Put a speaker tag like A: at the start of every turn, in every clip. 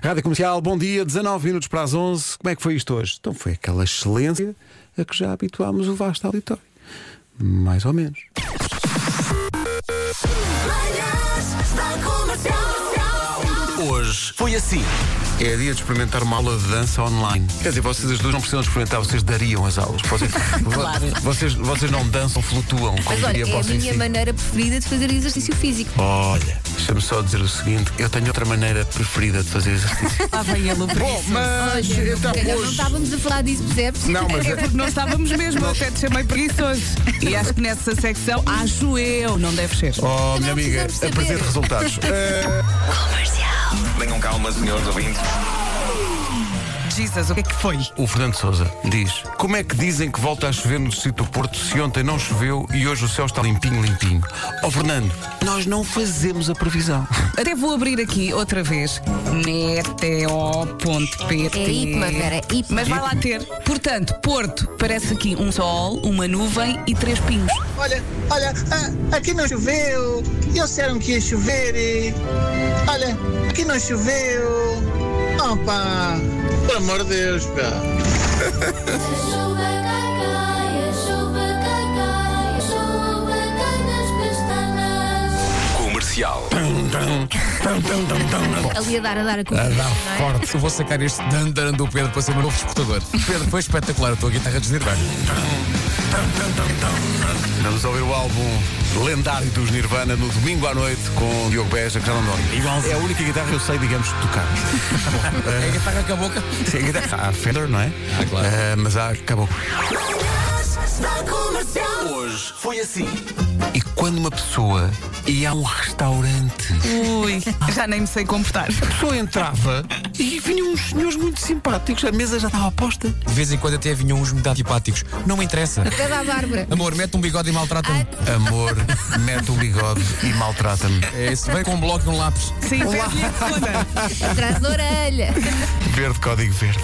A: Rádio Comercial, bom dia, 19 minutos para as 11. Como é que foi isto hoje? Então foi aquela excelência a que já habituámos o vasto auditório. Mais ou menos.
B: Manhãs da Comercial.
A: Hoje
C: Foi assim.
A: é dia de experimentar uma aula de dança online. Quer dizer, vocês as duas não precisam experimentar, vocês dariam as aulas. Vocês,
D: Claro.
A: vocês, vocês não dançam, flutuam, como
D: Agora,
A: diria
D: é a
A: Posse em
D: minha
A: Si.
D: maneira preferida de fazer exercício físico.
A: Olha, deixa-me só dizer o seguinte: eu tenho outra maneira preferida de fazer exercício.
E: Lá vem ele, o
A: Bom, mas então
D: Não tá
A: hoje.
D: estávamos a falar disso, percebes?
A: Não, mas
E: É porque não estávamos mesmo, eu até te chamei preguiçoso. E acho que nessa secção, acho eu, não deve ser.
A: Oh, minha
D: Também
A: amiga,
D: precisamos saber.
A: apresente resultados. Eh,
C: Tenham calma, senhores ouvintes.
E: Jesus, o que é que foi?
A: O Fernando Souza diz: Como é que dizem que volta a chover no distrito do Porto se ontem não choveu e hoje o céu está limpinho, limpinho? Ó Fernando, nós não fazemos a previsão.
E: Até vou abrir aqui outra vez. Meteo.pt
D: É IPMA, Vera, é IPMA.
E: Mas vai lá ter. Portanto, Porto, parece aqui um sol, uma nuvem e três pingos.
F: Olha, olha, ah, aqui não choveu. E disseram que ia chover. E... Olha, aqui não choveu. Opa! Pelo amor de Deus, pá.
B: Chuva cacai, chuva cacai, chuva cai nas pestanas.
C: Comercial.
D: Ali a dar, a dar a
G: A
D: comida.
G: dar
D: não é?
G: forte. Eu vou sacar este dandaran do Pedro para ser o meu novo escutador. Pedro, foi espetacular a tua guitarra de Nirvana.
A: Vamos ouvir o álbum lendário dos Nirvana no domingo à noite com o Diogo Beja, que já não dorme. É a única guitarra que eu sei, digamos, tocar.
G: É a guitarra com a boca.
A: Sim, a guitarra. Há a Fender, não é?
G: Ah, claro.
A: Eh, mas há, acabou.
B: Manhãs da Comercial.
C: Hoje foi assim.
A: E quando uma pessoa ia a um restaurante.
E: Ui, já nem me sei comportar.
A: A pessoa entrava e vinham uns senhores muito simpáticos, a mesa já estava posta.
G: De vez em quando até vinham uns muito antipáticos. Não me interessa.
D: Pede à Bárbara.
G: Amor, mete um bigode e maltrata-me.
A: Amor, mete o bigode e maltrata-me.
G: É isso. Vem com um bloco e um lápis.
E: Sim, pede-lhe a segunda.
D: Atrás da orelha.
A: Verde, código verde.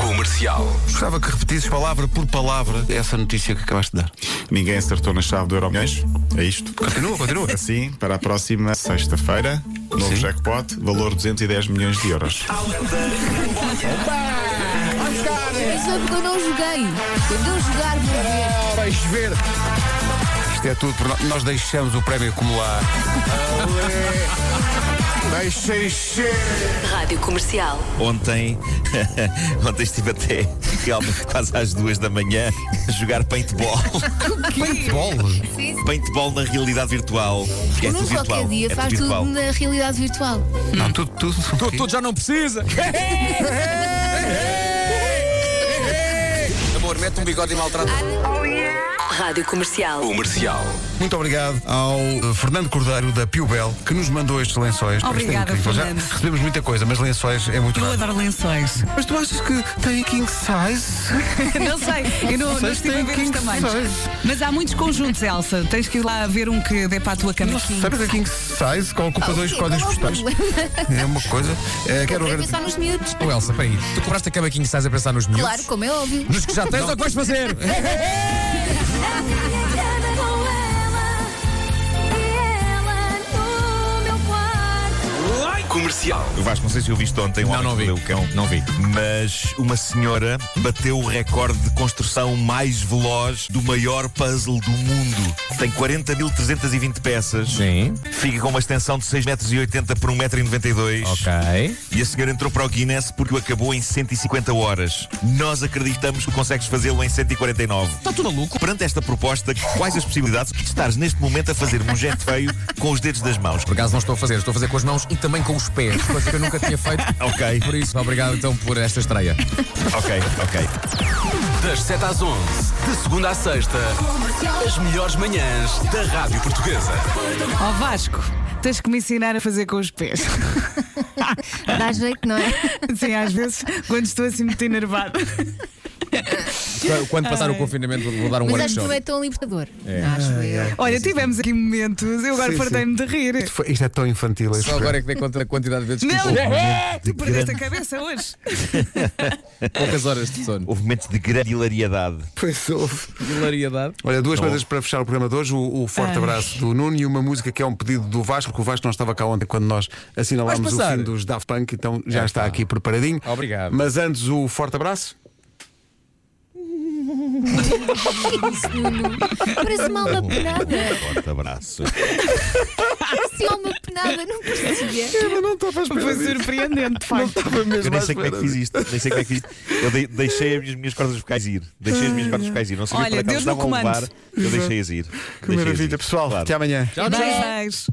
C: Comercial.
A: Gostava que repetisses palavra por palavra essa notícia que acabaste de dar.
H: Ninguém acertou na chave do Euromilhões. É isto.
A: Continua, continua.
H: Assim, para a próxima sexta-feira, novo jackpot, valor 210 milhões de euros.
D: Isso foi porque eu não joguei. Quando eu jogar, vou ver.
A: Vais ver. Isto é tudo por nós. Nós deixamos o prémio acumular. Deixem ser.
I: Rádio Comercial.
J: Ontem, ontem estive até realmente quase às duas da manhã a jogar paintball.
A: Bol.
J: paintball na realidade virtual. Porque é
D: Num
J: tudo virtual.
D: qualquer dia
J: é
D: faz
J: tudo virtual.
D: tudo na realidade virtual.
A: Não, tudo, tudo.
G: Todo, todo já não precisa. Amor, mete um bigode e maltrata-me.
I: Rádio Comercial.
C: Comercial.
A: Muito obrigado ao eh, Fernando Cordeiro da Pio Bel que nos mandou estes lençóis. Isto é
E: Obrigada,
A: incrível. Já
E: Fernando.
A: recebemos muita coisa, mas lençóis é muito
E: Eu
A: raro.
E: adoro lençóis.
A: Mas tu achas que tem king size?
E: Não sei, eu não, não
A: sei se
E: estive
A: tem
E: a ver
A: king
E: os tamanhos.
A: size.
E: Mas há muitos conjuntos, Elsa. Tens que ir lá ver um que dê para a tua cama.
A: Não
E: King.
A: sabes a king size com ocupa
D: Ah,
A: dois
D: o quê?
A: códigos
D: Qual é o
A: postais.
D: problema?
A: É uma coisa. Eh, quero
D: Vou
A: agradecer.
D: pensar nos miúdos.
G: Oh, Elsa, peraí. Tu cobraste a cama King Size a pensar nos miúdos?
D: Claro, como é óbvio.
G: Nos que já tens, é o que vais fazer?
B: A minha queda com ela e ela no meu quarto.
C: Comercial.
J: Vasco, não sei se eu viste ontem o
G: Não,
J: Homem
G: não
J: que
G: vi.
J: Mordeu o Cão,
G: Não vi.
J: mas uma senhora bateu o recorde de construção mais veloz do maior puzzle do mundo. Tem 40.320 peças.
G: Sim.
J: Fica com uma extensão de 6,80 metros por 1,92m.
G: Ok.
J: E a senhora entrou para o Guinness porque o acabou em 150 horas. Nós acreditamos que consegues fazê-lo em 149.
G: Está Tá tudo maluco?
J: Perante esta proposta, quais as possibilidades de estares neste momento a fazer um gesto feio com os dedos das mãos?
G: Por acaso não estou a fazer, estou a fazer com as mãos e também com os pés, coisa que eu nunca tinha feito.
J: Ok.
G: Por isso, obrigado então por esta estreia.
J: Ok, ok.
C: Das 7 às 11. De segunda à sexta. As melhores manhãs da Rádio Portuguesa.
E: Ó Vasco, tens que me ensinar a fazer com os pés.
D: Dá jeito, não é?
E: Sim, às vezes, quando estou assim muito enervado.
G: Quando passar o confinamento, vou vou dar um
D: Mas acho que não
G: workshop.
D: é tão libertador.
G: É.
D: Acho
A: Ah,
D: eu.
E: Olha, tivemos aqui momentos, eu agora
A: Sim,
E: fartei-me de rir.
A: Isto, foi- isto é tão infantil. este
G: Só agora
A: programa.
G: é que dei conta da quantidade de vezes que
E: Não,
G: estou-
E: tu perdeste a cabeça hoje.
G: poucas horas de sono.
J: Houve momentos de grande hilariedade.
A: Pois houve.
G: Hilariedade.
A: Olha, duas coisas para fechar o programa de hoje: o, o forte abraço do Nuno e uma música que é um pedido do Vasco, que o Vasco não estava cá ontem quando nós assinalámos
G: Vais
A: o
G: passar?
A: fim dos Daft Punk, então já
G: É,
A: está
G: pá.
A: aqui preparadinho.
G: Obrigado.
A: Mas antes, o forte abraço.
D: Parece mal uma penada.
J: Forte abraço.
D: Parece mal uma penada, não percebia.
A: Eu não estava a
E: Foi surpreendente, de facto.
J: Eu nem sei como é que fiz isto. Nem sei como é que fiz isto. Eu dei- deixei as minhas, minhas cordas vocais ir. Deixei as minhas cordas vocais ir. Não sabia
E: Olha,
J: para que
E: Deus
J: elas
E: no
J: estavam a levar.
E: comando.
J: Eu deixei-as ir.
A: Que maravilha, pessoal. Até amanhã.
E: Beijos.